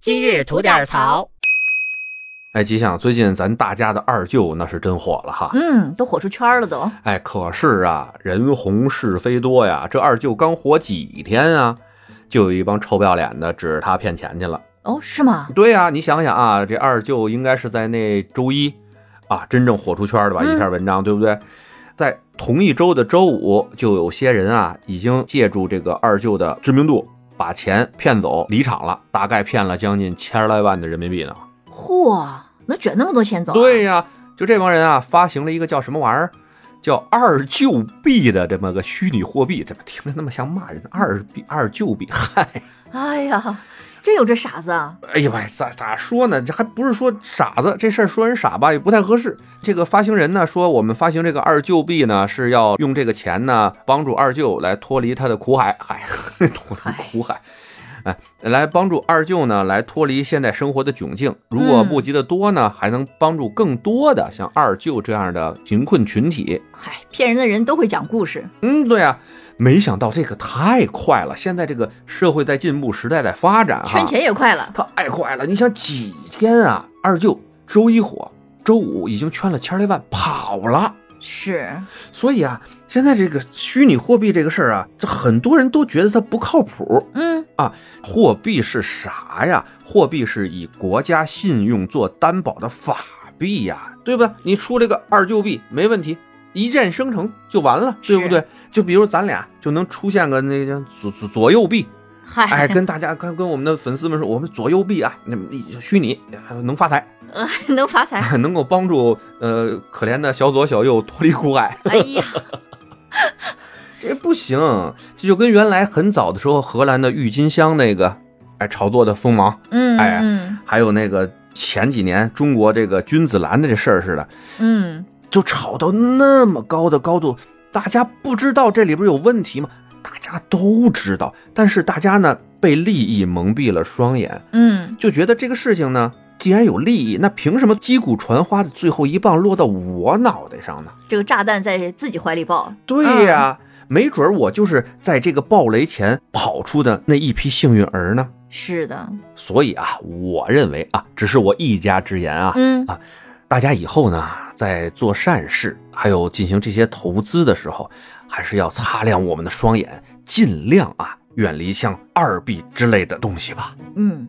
今日吐点槽。哎，吉祥，最近咱大家的二舅那是真火了哈。嗯，都火出圈了都。哎，可是啊，人红是非多呀，这二舅刚火几天啊，就有一帮臭不要脸的指着他骗钱去了。哦，是吗？对呀、你想想啊，这二舅应该是在那周一啊，真正火出圈的吧？嗯一篇文章，对不对？在同一周的周五，就有些人啊，已经借助这个二舅的知名度，把钱骗走离场了，大概骗了将近千来万的人民币呢。嚯，能卷那么多钱走、啊？对呀、就这帮人啊，发行了一个叫什么玩意儿，叫二舅币的这么个虚拟货币，怎么听着那么像骂人？二币二舅币，嗨，哎呀，真有这傻子啊！哎呀妈，呀，咋咋说呢？这还不是说傻子这事儿说人傻吧，也不太合适。这个发行人呢说，我们发行这个二舅币呢，是要用这个钱呢帮助二舅来脱离他的苦海，嗨， 脱离苦海。哎，来帮助二舅呢，来脱离现在生活的窘境。如果募集的多呢，还能帮助更多的像二舅这样的贫困群体。嗨，骗人的人都会讲故事。嗯，对啊，没想到这个太快了。现在这个社会在进步，时代在发展，哈圈钱也快了，太快了！你想几天啊？二舅周一火，周五已经圈了千来万跑了。是所以啊，现在这个虚拟货币这个事儿啊，这很多人都觉得它不靠谱。嗯，货币是啥呀？货币是以国家信用做担保的法币呀、对吧？你出这个二舅币没问题，一键生成就完了，对不是对？就比如咱俩就能出现个那个左左左右币，嗨，哎，跟大家跟跟我们的粉丝们说，我们左右币啊，那么虚拟呃能发财， 能发财。能够帮助呃可怜的小左小右脱离苦海，哎 呀，这不行，这就跟原来很早的时候荷兰的郁金香那个哎炒作的锋芒，嗯哎嗯还有那个前几年中国这个君子兰的这事儿似的，嗯，就炒到那么高的高度，大家不知道这里边有问题吗？大家都知道，但是大家呢被利益蒙蔽了双眼，嗯，就觉得这个事情呢，既然有利益，那凭什么击鼓传花的最后一棒落到我脑袋上呢？这个炸弹在自己怀里爆。对呀、没准儿我就是在这个暴雷前跑出的那一批幸运儿呢。是的，所以啊，我认为啊，只是我一家之言啊，嗯啊大家以后呢，在做善事，还有进行这些投资的时候，还是要擦亮我们的双眼，尽量啊，远离像二币之类的东西吧。嗯，